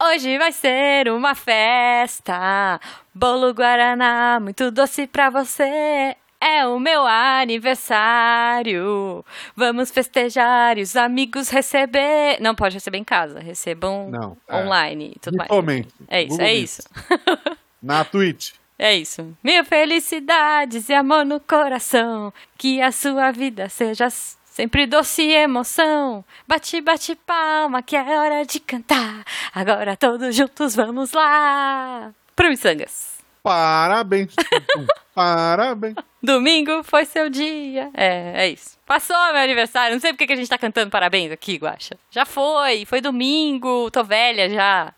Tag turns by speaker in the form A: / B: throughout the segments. A: Hoje vai ser uma festa. Bolo Guaraná, muito doce pra você. É o meu aniversário. Vamos festejar e os amigos receber. Não pode receber em casa, recebam
B: Não, é.
A: online e tudo mais.
B: Comente.
A: É isso,
B: Google
A: é
B: Meet.
A: isso.
B: Na Twitch.
A: É isso. Mil felicidades e amor no coração. Que a sua vida seja s- sempre doce e emoção. Bate, bate palma, que é hora de cantar. Agora todos juntos vamos lá. Pro Missangas.
B: Parabéns. Tum, tum. Parabéns.
A: Domingo foi seu dia. É, é isso. Passou meu aniversário. Não sei porque que a gente tá cantando parabéns aqui, Guaxa. Já foi. Foi domingo. Tô velha já.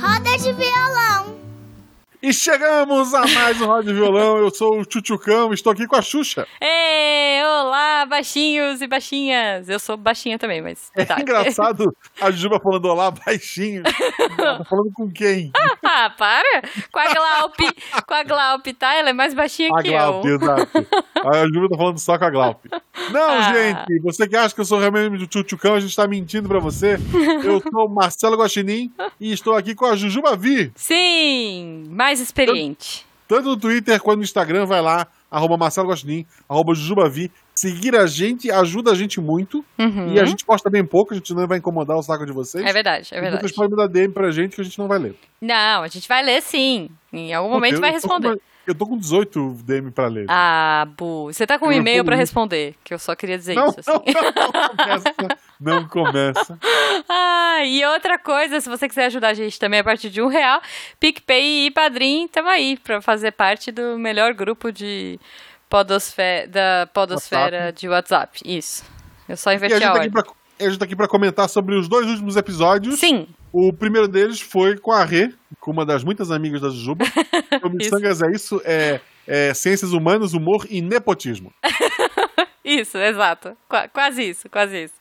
C: Roda de violão.
B: E chegamos a mais um Rádio Violão. Eu sou o Tchutchucão, estou aqui com a Xuxa.
A: Ei, olá, baixinhos e baixinhas. Eu sou baixinha também, mas...
B: É
A: tá.
B: engraçado a Juba falando olá baixinho. Ela tá falando com quem?
A: Ah, para! Com a Glaup, com a Glaup, tá? Ela é mais baixinha
B: A
A: que
B: Glaup,
A: eu.
B: exato. A Juba tá falando só com a Glaup. Não,
A: Ah.
B: gente, você que acha que eu sou realmente o Tchutchucão, a gente tá mentindo pra você. Eu sou o Marcelo Guaxinim e estou aqui com a Jujuba Vi.
A: Sim, mais experiente.
B: Tanto no Twitter quanto no Instagram, vai lá, arroba Marcelo Guaxinim, arroba Jujubavi. Seguir a gente ajuda a gente muito.
A: Uhum.
B: E a gente posta bem pouco, a gente não vai incomodar o saco de vocês.
A: É verdade, é
B: E Vocês
A: verdade.
B: podem mandar DM pra gente que a gente não vai ler.
A: Não, a gente vai ler sim. Em algum Um
B: Pô,
A: momento
B: eu
A: vai
B: tô com
A: responder.
B: uma- eu tô com 18 DM pra ler.
A: Ah, Bu, você tá com um
B: Eu não
A: e-mail
B: tô
A: pra
B: lendo.
A: responder, que eu só queria dizer
B: não,
A: isso. assim.
B: não, não começa. Não começa.
A: Ah, e outra coisa, se você quiser ajudar a gente também a partir de um real, PicPay e Padrim, tamo aí pra fazer parte do melhor grupo de podosfe- da podosfera
B: WhatsApp.
A: de WhatsApp. Isso. Eu só
B: E a
A: inverti
B: gente,
A: a
B: tá
A: hora.
B: aqui pra, a gente tá aqui pra comentar sobre os dois últimos episódios.
A: Sim,
B: O primeiro deles foi com a Rê, com uma das muitas amigas da Jujuba. O Missangas é isso, é, é ciências humanas, humor e nepotismo.
A: isso, exato. Qua- quase isso, quase isso.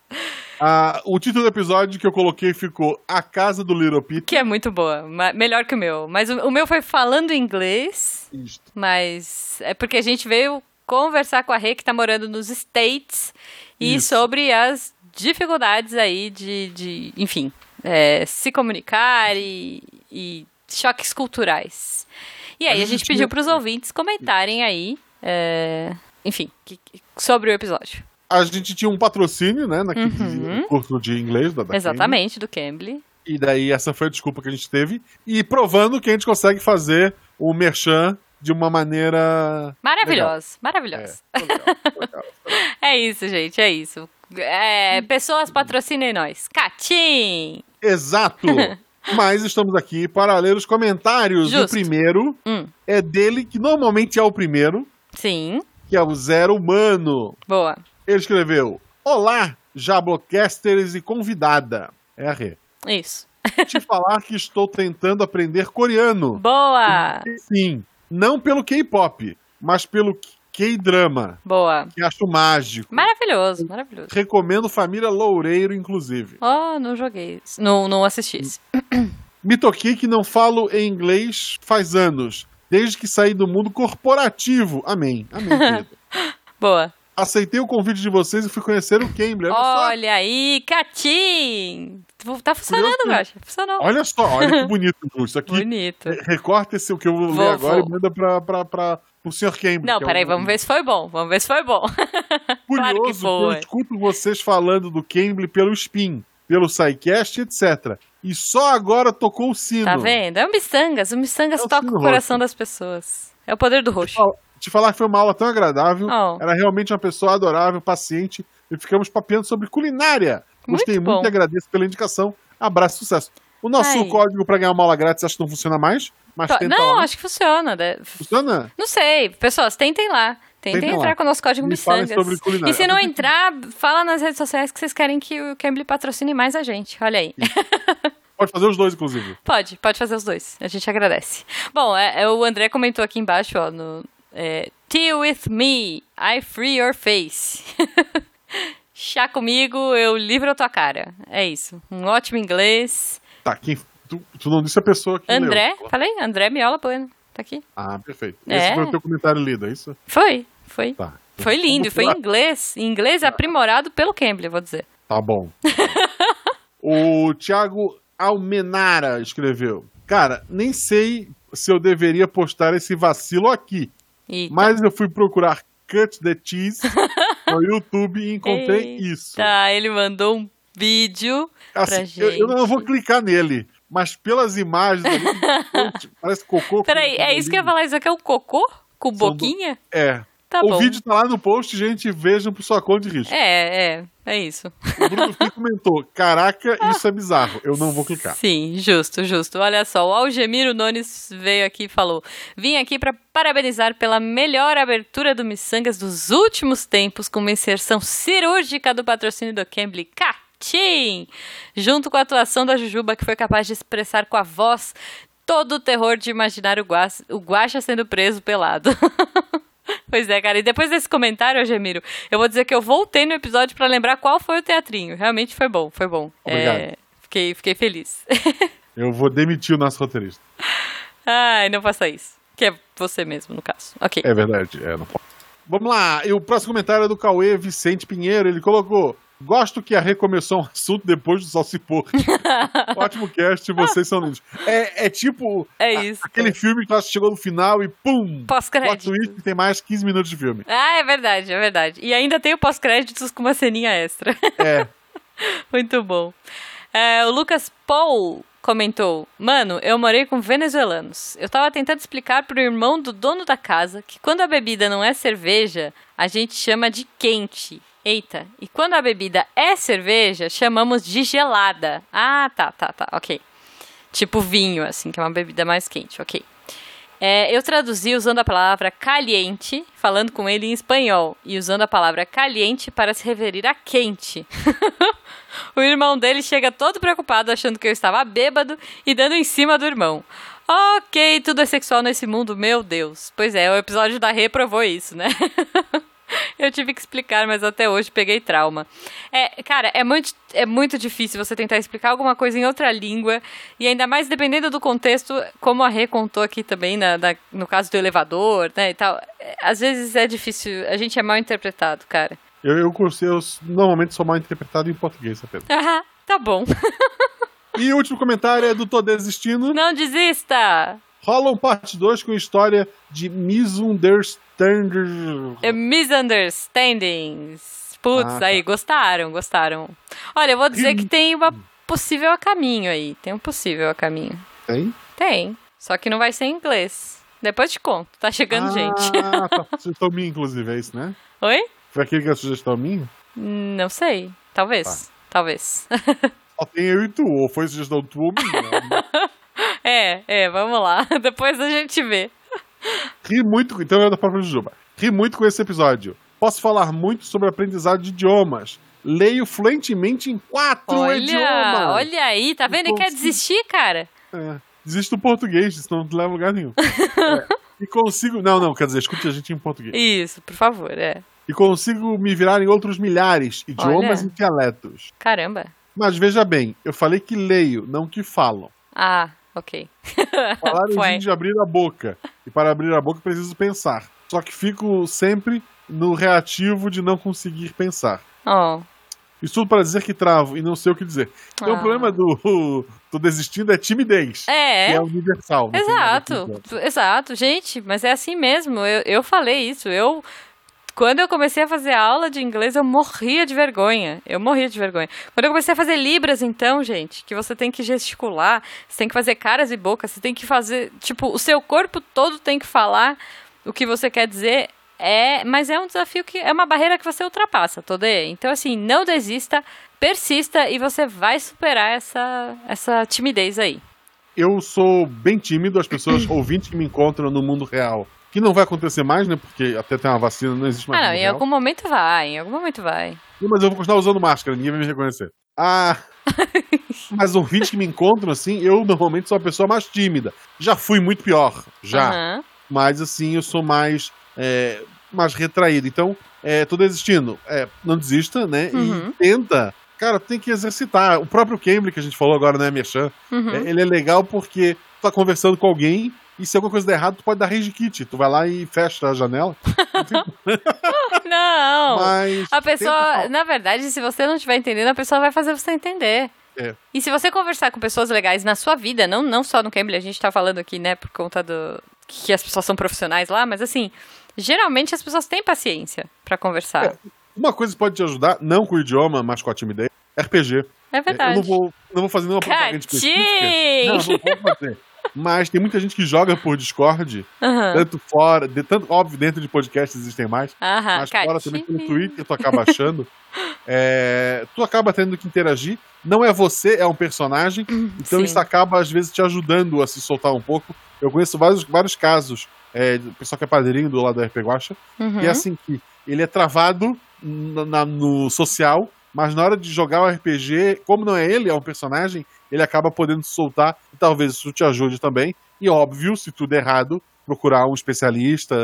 B: Ah, o título do episódio que eu coloquei ficou A Casa do Little Peter.
A: Que é muito boa, ma- melhor que o meu. Mas o, o meu foi falando inglês,
B: Isto.
A: mas é porque a gente veio conversar com a Rê, que tá morando nos States, e
B: Isso.
A: sobre as dificuldades aí de, de enfim, é, se comunicar e, e choques culturais. E aí
B: Mas um
A: a
B: a
A: gente
B: gente
A: pediu
B: ia-
A: pros ouvintes comentarem aí, é, enfim, que- que- sobre o episódio.
B: A gente tinha um patrocínio, né, naquele
A: Uhum.
B: curso de inglês da, da Cambridge.
A: Exatamente, do Cambly.
B: E daí essa foi a desculpa que a gente teve. E provando que a gente consegue fazer o merchan de uma maneira.
A: Maravilhoso,
B: É,
A: maravilhoso.
B: legal, legal.
A: É isso, gente, é isso. É, pessoas patrocinem nós. Catim!
B: Exato! Mas estamos aqui para ler os comentários.
A: Justo.
B: O primeiro
A: Hum.
B: é dele, que normalmente é o primeiro,
A: Sim,
B: que é o Zero Humano.
A: boa.
B: Ele escreveu: Olá, Jablocasters e convidada. É a Rê.
A: Isso.
B: Te falar que estou tentando aprender coreano.
A: Boa!
B: Sim, não pelo K-pop, mas pelo K-drama,
A: Boa.
B: que acho mágico.
A: Maravilhoso, maravilhoso.
B: Recomendo Família Loureiro, inclusive.
A: Oh, não joguei isso. Não, não assisti isso.
B: Me toquei que não falo em inglês faz anos, desde que saí do mundo corporativo. Amém. Amém, querido.
A: Boa.
B: Aceitei o convite de vocês e fui conhecer o Cambly. Olha só.
A: Olha aí, Catim! Tá funcionando,
B: Curioso.
A: Gacha. Funcionou.
B: Olha só, olha que bonito, Ju. Isso aqui.
A: Bonito.
B: Recorta esse o que eu vou,
A: Vou,
B: ler agora
A: vou.
B: e manda pra, pra, pra, pro senhor Cambly.
A: Não,
B: que é
A: peraí,
B: um-
A: vamos ver se foi bom. Vamos ver se foi bom. Claro que
B: curioso que eu
A: foi.
B: escuto vocês falando do Cambly pelo Spin, pelo Psycast, etc. E só agora tocou o sino.
A: Tá vendo? É o Missangas. O Missangas
B: É o
A: toca
B: sino
A: o coração
B: roxo.
A: das pessoas. É o poder do roxo.
B: Te falar que foi uma aula tão agradável.
A: Oh.
B: Era realmente uma pessoa adorável, paciente. E ficamos papeando sobre culinária. Gostei
A: Muito
B: muito,
A: bom.
B: e agradeço pela indicação. Abraço, sucesso. O nosso
A: Ai.
B: código pra ganhar uma aula grátis acho que não funciona mais. Mas
A: To-
B: tenta
A: Tá. Não,
B: tá lá.
A: acho que funciona. né?
B: Funciona?
A: Não sei. Pessoas, tentem lá. Tentem,
B: Tentem
A: entrar
B: lá.
A: com o nosso código
B: Me falem
A: Missangas.
B: sobre culinária.
A: E se não entrar, fala nas redes sociais que vocês querem que o Cambly patrocine mais a gente. Olha aí.
B: Pode fazer os dois, inclusive.
A: pode, pode fazer os dois. A gente agradece. Bom, é- é, o André comentou aqui embaixo, ó, no... É, Tea with me, I free your face. Chá comigo, eu livro a tua cara. É isso. Um ótimo inglês.
B: Tá, quem... tu, tu não disse a pessoa que leu.
A: André, falei? André Miola Bueno. Tá aqui.
B: Ah, perfeito.
A: É.
B: Esse foi o teu comentário lido, é isso?
A: Foi, foi.
B: Tá.
A: Foi lindo, e foi em inglês. Em inglês aprimorado pelo Cambly, eu vou dizer.
B: Tá bom. Tá O Thiago Almenara escreveu. Cara, nem sei se eu deveria postar esse vacilo aqui,
A: Eita.
B: mas eu fui procurar Cut the Cheese no YouTube e encontrei isso.
A: Tá, ele mandou um vídeo pra
B: Assim, eu,
A: gente.
B: eu não vou clicar nele, mas pelas imagens ali, parece cocô. com-
A: Peraí, é isso que eu ia falar? Isso aqui é o cocô? Com boquinha?
B: É.
A: Tá
B: o
A: bom.
B: vídeo tá lá no post, gente, vejam por sua conta de risco.
A: É, é, é isso.
B: O Bruno Fih comentou: Caraca, isso é bizarro, eu não vou clicar.
A: Sim, justo, justo. Olha só, o Algemiro Nunes veio aqui e falou: Vim aqui para parabenizar pela melhor abertura do Missangas dos últimos tempos, com uma inserção cirúrgica do patrocínio do Cambly Catim, junto com a atuação da Jujuba, que foi capaz de expressar com a voz todo o terror de imaginar o Guaxa, o Guaxa sendo preso pelado. Pois é, cara. E depois desse comentário, Algemiro, eu vou dizer que eu voltei no episódio para lembrar qual foi o teatrinho. Realmente foi bom, foi bom.
B: Obrigado.
A: É, Fiquei, fiquei feliz.
B: Eu vou demitir o nosso roteirista.
A: Ai, não faça isso. Que é você mesmo, no caso. Ok.
B: É verdade, é, não pode. Vamos lá, e o próximo comentário é do Cauê Vicente Pinheiro. Ele colocou: Gosto que a recomeçou um assunto depois do Salsipor. Ótimo cast, vocês são lindos. É, é tipo
A: É
B: a-
A: isso.
B: aquele filme que nós chegou no final e pum! Plot
A: Pós-crédito.
B: twist tem mais 15 minutos de filme.
A: Ah, é verdade, é verdade. E ainda tem o pós-créditos com uma ceninha extra.
B: É,
A: Muito bom. É, o Lucas Paul comentou: Mano, eu morei com venezuelanos. Eu tava tentando explicar pro irmão do dono da casa que quando a bebida não é cerveja, a gente chama de quente. Eita, e quando a bebida é cerveja, chamamos de gelada. Ah, tá, tá, tá, ok. Tipo vinho, assim, que é uma bebida mais quente, ok. É, eu traduzi usando a palavra caliente, falando com ele em espanhol, e usando a palavra caliente para se referir a quente. o irmão dele chega todo preocupado, achando que eu estava bêbado e dando em cima do irmão. Ok, tudo é sexual nesse mundo, meu Deus. Pois é, o episódio da Rê provou isso, né? Eu tive que explicar, mas até hoje peguei trauma. É, cara, é muito, é muito difícil você tentar explicar alguma coisa em outra língua, e ainda mais dependendo do contexto, como a Rê contou aqui também, na- na- no caso do elevador, né, e tal. É, Às vezes é difícil, a gente é mal interpretado, cara.
B: eu, eu, cursei- eu normalmente sou mal interpretado em português apenas.
A: Ah, tá bom.
B: E o último comentário é do Tô Desistindo.
A: Não desista!
B: Rola um parte 2 com história de misunderstanding.
A: É Misunderstandings. Putz,
B: Ah, tá.
A: aí, gostaram, gostaram. Olha, eu vou dizer que tem uma possível a caminho aí. Tem um possível a caminho.
B: Hein?
A: Tem. Só que não vai ser em inglês. Depois te conto. Tá chegando gente.
B: Ah, tá. Sugestão minha, inclusive, é isso, né?
A: Oi?
B: Foi aquele que é a sugestão minha?
A: Não sei. Talvez. Talvez.
B: Só tem eu e tu, ou foi sugestão tua ou minha?
A: é, é, vamos lá. Depois a gente vê.
B: Ri muito, então é da própria Jujuba. Ri muito com esse episódio. Posso falar muito sobre aprendizado de idiomas. Leio fluentemente em quatro idiomas.
A: Olha, olha aí, tá vendo? Ele quer
B: Consigo.
A: desistir, cara.
B: É, desiste do português, isso não te leva a lugar nenhum. É, e consigo. Não, não, quer dizer, escute a gente em português.
A: Isso, por favor, é.
B: E consigo me virar em outros milhares, idiomas
A: Olha.
B: e dialetos.
A: Caramba.
B: Mas veja bem, eu falei que leio, não que falo.
A: Ah, ok.
B: Falar
A: Foi.
B: exige de abrir a boca. E para abrir a boca preciso pensar. Só que fico sempre no reativo de não conseguir pensar.
A: Ó.
B: Isso tudo para dizer que travo e não sei o que dizer. Então
A: Ah.
B: o problema do tô desistindo é timidez.
A: É,
B: Que é universal. não tem nada né? que
A: Exato,
B: dizer.
A: exato, gente, mas é assim mesmo. Eu, eu falei isso. Eu quando eu comecei a fazer aula de inglês, eu morria de vergonha. Eu morria de vergonha. Quando eu comecei a fazer libras, então, gente, que você tem que gesticular, você tem que fazer caras e bocas, você tem que fazer, tipo, o seu corpo todo tem que falar o que você quer dizer. É, mas é um desafio que é uma barreira que você ultrapassa, toda. Então, assim, não desista, persista e você vai superar essa essa timidez aí.
B: Eu sou bem tímido, as pessoas ouvintes que me encontram no mundo real. Que não vai acontecer mais, né? Porque até tem uma vacina, não existe mais.
A: Ah, não,
B: mundo
A: em
B: real.
A: algum momento vai, em algum momento vai.
B: Não, Mas eu vou continuar usando máscara, ninguém vai me reconhecer. Ah. Mas ouvintes que me encontram, assim, eu normalmente sou a pessoa mais tímida. Já fui muito pior, já.
A: Aham.
B: Mas, assim, eu sou mais. é, mais retraído. Então, é, tô desistindo. É, não desista, né?
A: Uhum.
B: E tenta. Cara, tem que exercitar. O próprio Cambly, que a gente falou agora, né, Merchan?
A: Uhum.
B: É, ele é legal porque tu tá conversando com alguém e se alguma coisa der errado, tu pode dar rage kit. Tu vai lá e fecha a janela.
A: Não!
B: Mas.
A: a pessoa,
B: tenta-
A: Oh. Ah. na verdade, se você não estiver entendendo, a pessoa vai fazer você entender.
B: É.
A: E se você conversar com pessoas legais na sua vida, não, não só no Cambridge, a gente tá falando aqui, né, por conta do que as pessoas são profissionais lá, mas assim, geralmente as pessoas têm paciência pra conversar.
B: Uma coisa que pode te ajudar, não com o idioma, mas com a timidez, RPG.
A: É,
B: É, Eu
A: verdade.
B: não vou, não vou fazer nenhuma propaganda específica.
A: Catim!
B: Não, não vou fazer. Mas tem muita gente que joga por Discord,
A: Aham.
B: tanto fora, de, tanto, óbvio, dentro de podcast existem mais,
A: Aham,
B: mas fora também
A: catim.
B: pelo Twitter tu acaba achando. É, tu acaba tendo que interagir. Não é você, é um personagem. Então
A: sim.
B: isso acaba, às vezes, te ajudando a se soltar um pouco. Eu conheço vários, vários casos. É, do pessoal que é padrinho do lado da RP Guacha,
A: Uhum.
B: que é assim que ele é travado na- na- no social, mas na hora de jogar o RPG, como não é ele, é um personagem, ele acaba podendo se soltar e talvez isso te ajude também. E óbvio, se tudo é errado, procurar um especialista,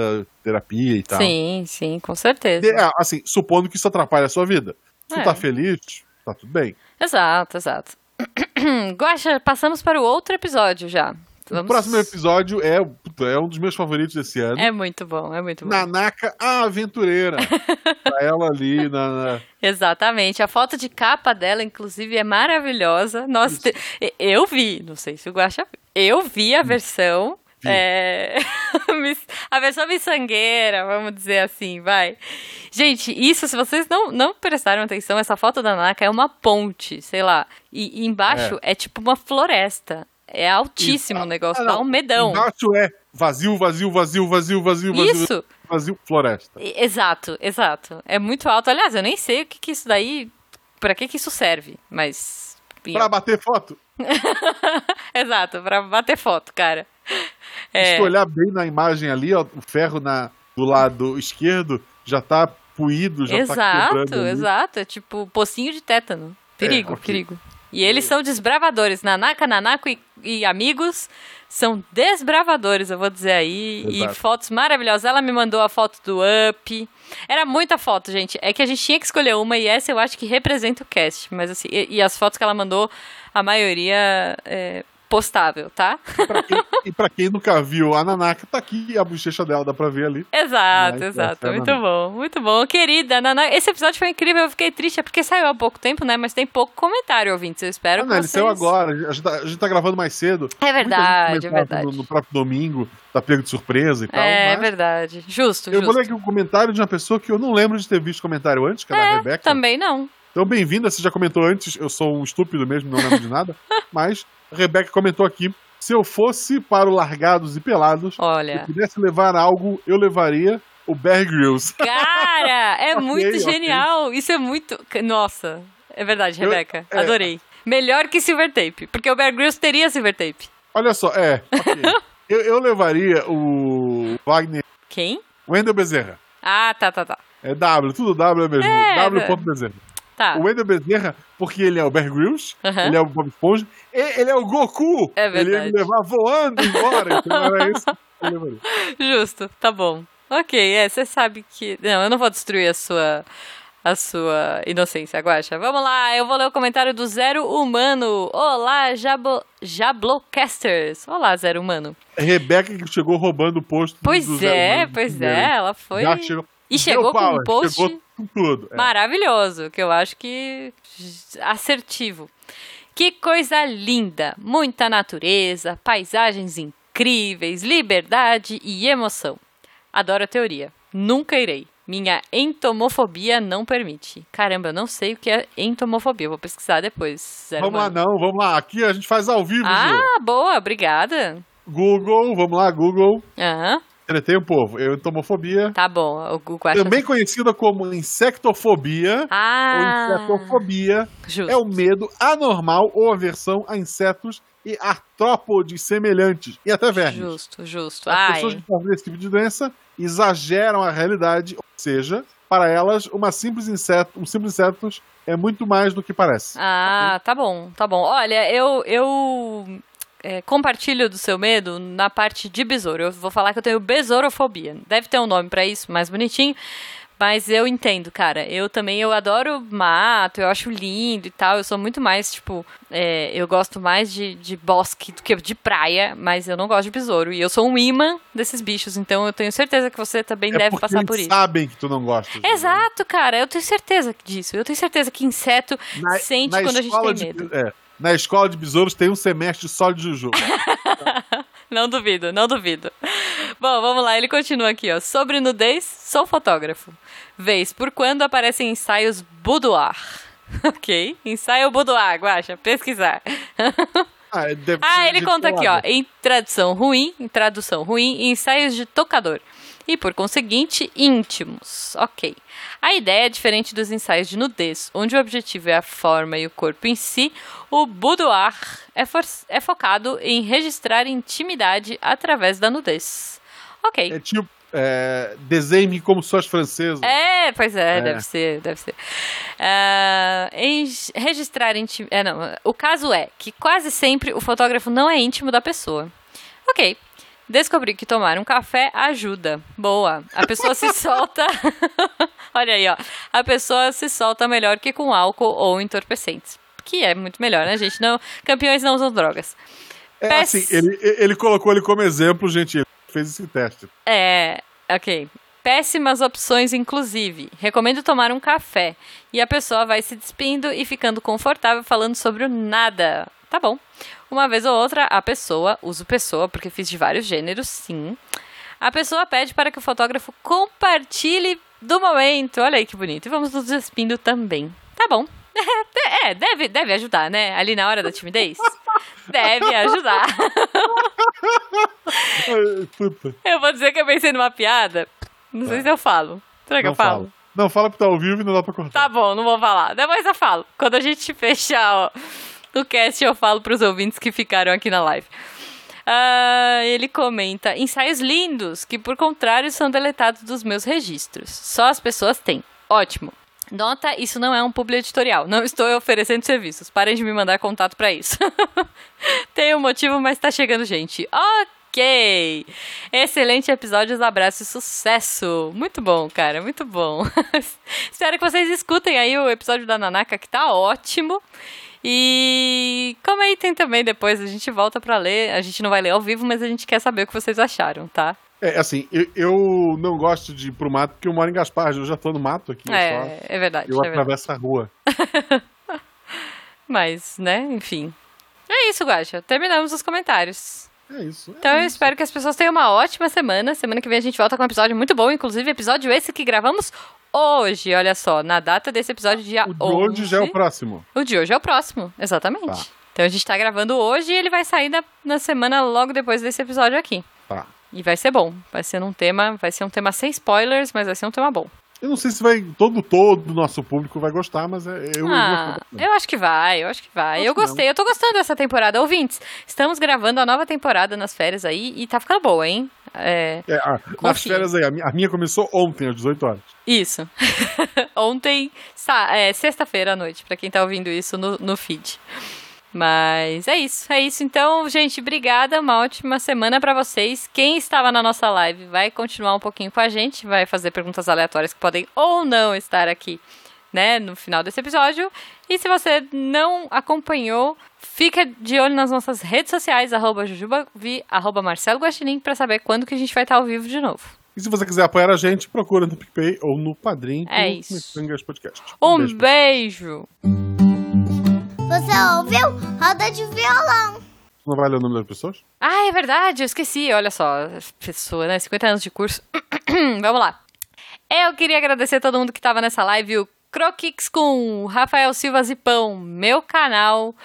B: terapia e tal.
A: Sim, sim, com certeza.
B: De- ah, assim, supondo que isso atrapalha a sua vida. Se
A: É.
B: tu tá feliz, tá tudo bem.
A: Exato, exato. Guaxa, passamos para o outro episódio já.
B: O
A: Vamos-
B: próximo episódio é, puta, é um dos meus favoritos desse ano.
A: É muito bom, é muito bom.
B: Nanaka a aventureira. pra ela ali na, na-
A: Exatamente. A foto de capa dela, inclusive, é maravilhosa. Nós te- Eu vi, não sei se o Guaxa. Eu vi a versão.
B: Hum. Vi.
A: é, mis- a versão miçangueira, vamos dizer assim, vai. Gente, isso, se vocês não, não prestaram atenção, essa foto da Naka é uma ponte, sei lá. E, e embaixo é. tipo uma floresta. É altíssimo
B: Isso.
A: o negócio,
B: Ah,
A: dá
B: não.
A: um medão.
B: Embaixo é vazio, vazio, vazio, vazio, vazio, vazio,
A: Isso,
B: vazio, floresta.
A: E- Exato, exato. É muito alto. Aliás, eu nem sei o que, que isso daí. Pra que, que isso serve, mas.
B: Pra bater foto,
A: exato, pra bater foto, cara.
B: se
A: É,
B: tu olhar bem na imagem ali, ó, o ferro na, do lado esquerdo já tá puído, já tá
A: exato,
B: quebrando. ali.
A: exato. É tipo pocinho de tétano. Perigo,
B: É, ok.
A: perigo. E eles são desbravadores. Nanaka, Nanako e, e amigos são desbravadores, eu vou dizer aí. E
B: Exato.
A: fotos maravilhosas. Ela me mandou a foto do Up. Era muita foto, gente. É que a gente tinha que escolher uma e essa eu acho que representa o cast. Mas assim, e, e as fotos que ela mandou, a maioria é postável, tá?
B: E pra quem- e pra quem nunca viu, a Nanaka tá aqui, a bochecha dela dá pra ver ali.
A: Exato,
B: Mas,
A: exato.
B: essa é a
A: Muito
B: Naná.
A: bom, muito bom. Querida, Naná, esse episódio foi incrível. Eu fiquei triste, é porque saiu há pouco tempo, né? Mas tem pouco comentário, ouvintes. Eu espero
B: Ah,
A: que
B: não, ele
A: vocês...
B: saiu agora, a gente, tá, a gente tá gravando mais cedo.
A: É
B: Muita
A: verdade,
B: gente
A: é
B: comentava
A: verdade.
B: No, no próprio domingo, tá pego de surpresa e tal.
A: é
B: mas
A: verdade. Justo,
B: Eu vou
A: justo.
B: ler aqui um comentário de uma pessoa que eu não lembro de ter visto comentário antes, que é, da Rebeca.
A: Também não.
B: Então, bem-vinda, você já comentou antes, eu sou um estúpido mesmo, não lembro de nada. Mas a Rebeca comentou aqui: se eu fosse para o Largados e Pelados,
A: Olha.
B: se pudesse levar algo, eu levaria o Bear Grylls.
A: Cara, é
B: Ok,
A: muito
B: ok.
A: genial. Isso é muito. Nossa, é verdade,
B: Eu-
A: Rebeca.
B: é.
A: Adorei. Melhor que Silver Tape, porque o Bear Grylls teria Silver Tape.
B: Olha só, é, ok. eu, eu levaria o Wagner
A: Quem?
B: Wendel Bezerra.
A: Ah, tá, tá, tá.
B: É W, tudo W mesmo.
A: É,
B: W.
A: é.
B: ponto Bezerra.
A: Tá.
B: O Wendel Bezerra, porque ele é o Bear Grylls,
A: Aham.
B: ele é o Bob Esponja, e ele é o Goku.
A: É
B: Ele ia me
A: verdade.
B: levar voando embora. Então era isso. que eu levaria.
A: Justo, tá bom. Ok, é, você sabe que. Não, eu não vou destruir a sua. A sua inocência, Guaxa. Vamos lá, eu vou ler o comentário do Zero Humano. Olá, Jabo... Jablocasters. Olá, Zero Humano.
B: Rebeca que chegou roubando o posto.
A: Pois
B: do Zé
A: é,
B: Humano
A: pois
B: primeiro.
A: é, ela foi.
B: Já chegou.
A: E chegou
B: Deu
A: com um
B: power,
A: post
B: Chegou com tudo. É.
A: maravilhoso, que eu acho que assertivo. Que coisa linda! Muita natureza, paisagens incríveis, liberdade e emoção. Adoro a teoria. Nunca irei. Minha entomofobia não permite. Caramba, eu não sei o que é entomofobia. Eu Vou pesquisar depois. Zero
B: Vamos lá,
A: humano.
B: não, vamos lá. Aqui a gente faz ao vivo, Gil.
A: Ah, boa, obrigada.
B: Google, vamos lá, Google.
A: Aham,
B: Tretei o povo. Eu entomofobia.
A: tá bom. O Google acha.
B: Também conhecida como insectofobia ou
A: Ah,
B: insetofobia.
A: justo.
B: É o medo anormal ou aversão a insetos e artrópodes semelhantes. E até vermes.
A: Justo, justo.
B: As
A: Ai.
B: pessoas que sofrem desse tipo de doença exageram a realidade, ou seja, para elas, uma simples inseto, um simples inseto é muito mais do que parece.
A: Ah, tá bom, tá bom. Olha, eu, eu é, compartilho do seu medo na parte de besouro. Eu vou falar que eu tenho besourofobia. Deve ter um nome pra isso, mais bonitinho. Mas eu entendo, cara. Eu também, eu adoro mato, eu acho lindo e tal. Eu sou muito mais, tipo, é, eu gosto mais de, de bosque do que de praia, mas eu não gosto de besouro. E eu sou um imã desses bichos, então eu tenho certeza que você também
B: É
A: deve
B: porque
A: passar
B: eles
A: por isso.
B: sabem que tu não né? gosta. Ju.
A: Exato, cara. Eu tenho certeza disso. Eu tenho certeza que inseto
B: Na-
A: sente
B: na
A: quando a gente
B: escola
A: tem
B: de-
A: medo.
B: é, na escola de besouros tem um semestre só de Juju.
A: Não duvido, não duvido. Bom, vamos lá, ele continua aqui, ó. Sobre nudez, sou fotógrafo. Vez por quando aparecem ensaios boudoir. ok, ensaio boudoir, guacha, pesquisar.
B: Ah, deve
A: ah,
B: ser
A: ele
B: de
A: conta aqui, ó.
B: colada.
A: Em tradução ruim, em tradução ruim, ensaios de tocador. E por conseguinte, íntimos. Ok. A ideia é diferente dos ensaios de nudez, onde o objetivo é a forma e o corpo em si. O boudoir é, for- é focado em registrar intimidade através da nudez. Ok.
B: É tipo, é, desenhe como suas francesas.
A: É, pois é,
B: É.
A: deve ser, deve ser. Ah, em registrar íntimo. É, não. O caso é que quase sempre o fotógrafo não é íntimo da pessoa. Ok. Descobri que tomar um café ajuda. Boa. A pessoa se solta. Olha aí, ó. A pessoa se solta melhor que com álcool ou entorpecentes. Que é muito melhor, né, gente? Não, campeões não usam drogas.
B: É,
A: Pés-
B: assim, ele, ele colocou ele como exemplo, gente. Ele fez esse teste.
A: É, ok. Péssimas opções, inclusive. Recomendo tomar um café. E a pessoa vai se despindo e ficando confortável falando sobre o nada. Tá bom. Uma vez ou outra, a pessoa, uso pessoa, porque fiz de vários gêneros, sim. A pessoa pede para que o fotógrafo compartilhe do momento. Olha aí que bonito. E vamos nos despindo também. Tá bom. É, deve, deve ajudar, né? Ali na hora da timidez. Deve ajudar.
B: Ai, Puta,
A: Eu vou dizer que eu pensei numa piada. Não sei se eu falo. Será que
B: É. não
A: eu falo?
B: fala. Não, fala porque tá ao vivo e não dá pra cortar.
A: Tá bom, não vou falar. Depois eu falo. Quando a gente fechar ó, o cast, eu falo pros ouvintes que ficaram aqui na live. Ah, ele comenta: ensaios lindos, que por contrário são deletados dos meus registros. Só as pessoas têm. Ótimo. Nota, isso não é um publi editorial. Não estou oferecendo serviços. Parem de me mandar contato pra isso. Tem um motivo, mas tá chegando gente. Ok! Excelente episódio, abraço e sucesso! Muito bom, cara, muito bom. Espero que vocês escutem aí o episódio da Nanaka, que tá ótimo. E comentem também depois, a gente volta pra ler. A gente não vai ler ao vivo, mas a gente quer saber o que vocês acharam, tá?
B: É, assim, eu, eu não gosto de ir pro mato porque eu moro em Gaspar, eu já tô no mato aqui. eu só-
A: É, é verdade,
B: eu
A: é verdade.
B: atravesso a rua.
A: Mas, né, enfim. É isso, Guacha. Terminamos os comentários.
B: É isso. é
A: Então eu
B: isso.
A: espero que as pessoas tenham uma ótima semana. Semana que vem a gente volta com um episódio muito bom, inclusive episódio esse que gravamos hoje. Olha só, na data desse episódio, dia
B: O de
A: 11.
B: hoje já é o próximo.
A: O de hoje é o próximo, exatamente.
B: Tá.
A: Então a gente tá gravando hoje e ele vai sair na, na semana logo depois desse episódio aqui.
B: Tá.
A: E vai ser bom. Vai ser um tema, vai ser um tema sem spoilers, mas vai ser um tema bom.
B: Eu não sei se vai todo todo o nosso público vai gostar, mas é- eu, eu
A: ah,
B: vou-
A: eu acho que vai, eu acho que vai.
B: Acho
A: eu
B: que não.
A: gostei, eu tô gostando dessa temporada. Ouvintes, estamos gravando a nova temporada nas férias aí e tá ficando boa, hein? É,
B: É, ah, nas
A: confia.
B: férias aí, a minha, a minha começou ontem, às 18 horas.
A: Isso. Ontem, sa- é, sexta-feira à noite, pra quem tá ouvindo isso no, no feed. Mas é isso, é isso. Então, gente, obrigada, uma ótima semana pra vocês. Quem estava na nossa live vai continuar um pouquinho com a gente, vai fazer perguntas aleatórias que podem ou não estar aqui, né, no final desse episódio. E se você não acompanhou, fica de olho nas nossas redes sociais, arroba jujubavi, arroba Marcelo Guaxinim, pra saber quando que a gente vai estar ao vivo de novo.
B: E se você quiser apoiar a gente, procura no PicPay ou no Padrim
A: É
B: ou
A: isso.
B: no Sangas Podcast.
A: Um
B: beijo.
A: beijo.
C: Você ouviu? Roda de violão.
B: Não vai ler o nome das pessoas?
A: Ah, é verdade, eu esqueci. Olha só, pessoa, né? 50 anos de curso. Vamos lá. Eu queria agradecer a todo mundo que estava nessa live, o Croquix com o Rafael Silva Zipão, meu canal,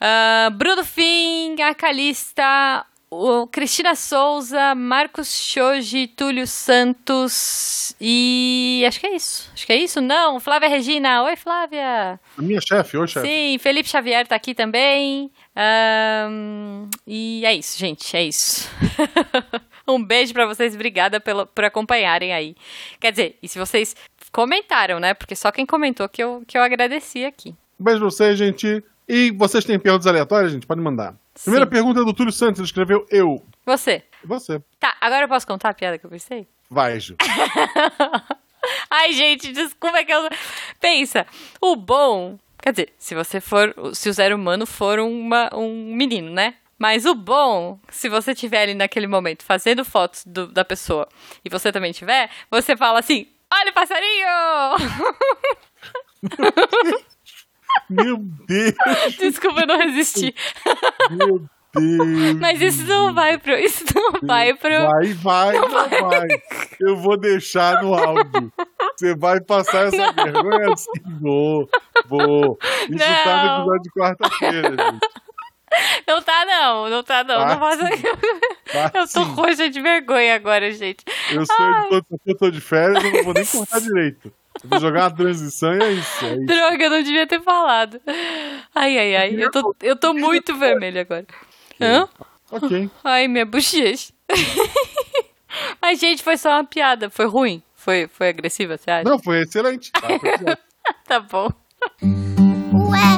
A: ah, Bruno Fim, a Calista, o Cristina Souza, Marcos Shoji, Túlio Santos e acho que é isso. Acho que é isso. Não, Flávia Regina. Oi, Flávia.
B: A minha chefe, oi chefe.
A: Sim, Felipe Xavier tá aqui também. Ahn, e é isso, gente, é isso. um beijo pra vocês, obrigada pelo, por acompanharem aí. Quer dizer, e se vocês comentaram, né? Porque só quem comentou que eu, que eu agradeci aqui.
B: Um beijo pra vocês, gente. E vocês têm perguntas aleatórias, gente? Pode mandar. Primeira
A: Sim.
B: pergunta é do Túlio Santos, ele escreveu eu.
A: Você.
B: Você.
A: Tá, agora eu posso contar a piada que eu pensei?
B: Vai, Gil.
A: Ai, gente, desculpa que eu. Pensa, o bom. Quer dizer, se você for. Se o ser humano for uma, um menino, né? Mas o bom, se você tiver ali naquele momento fazendo fotos do- da pessoa e você também tiver, você fala assim: olha o passarinho!
B: Meu Deus,
A: Desculpa, eu não resisti.
B: meu Deus.
A: Mas isso não vai pro. Isso não vai pro.
B: Vai, vai, vai, Eu vou deixar no áudio. Você vai passar essa vergonha assim. Vou, vou. Isso tá no
A: Não.
B: episódio de quarta-feira, gente.
A: Não tá, não. Não tá, não.
B: Tá
A: Não faça.
B: Tá
A: Eu tô
B: sim.
A: roxa de vergonha agora, gente.
B: Eu sou
A: Ai.
B: enquanto eu tô de férias, eu não vou nem cortar direito. Eu vou jogar uma transição e é isso. É isso.
A: Droga, eu não devia ter falado. Ai, ai, ai. Eu tô, eu tô muito vermelha agora. Hã?
B: Ok.
A: Ai, minha bochecha. Mas, gente, foi só uma piada. Foi ruim? Foi, foi agressiva, você acha?
B: Não, foi excelente. Tá, foi excelente.
A: Tá bom.
C: Ué, Um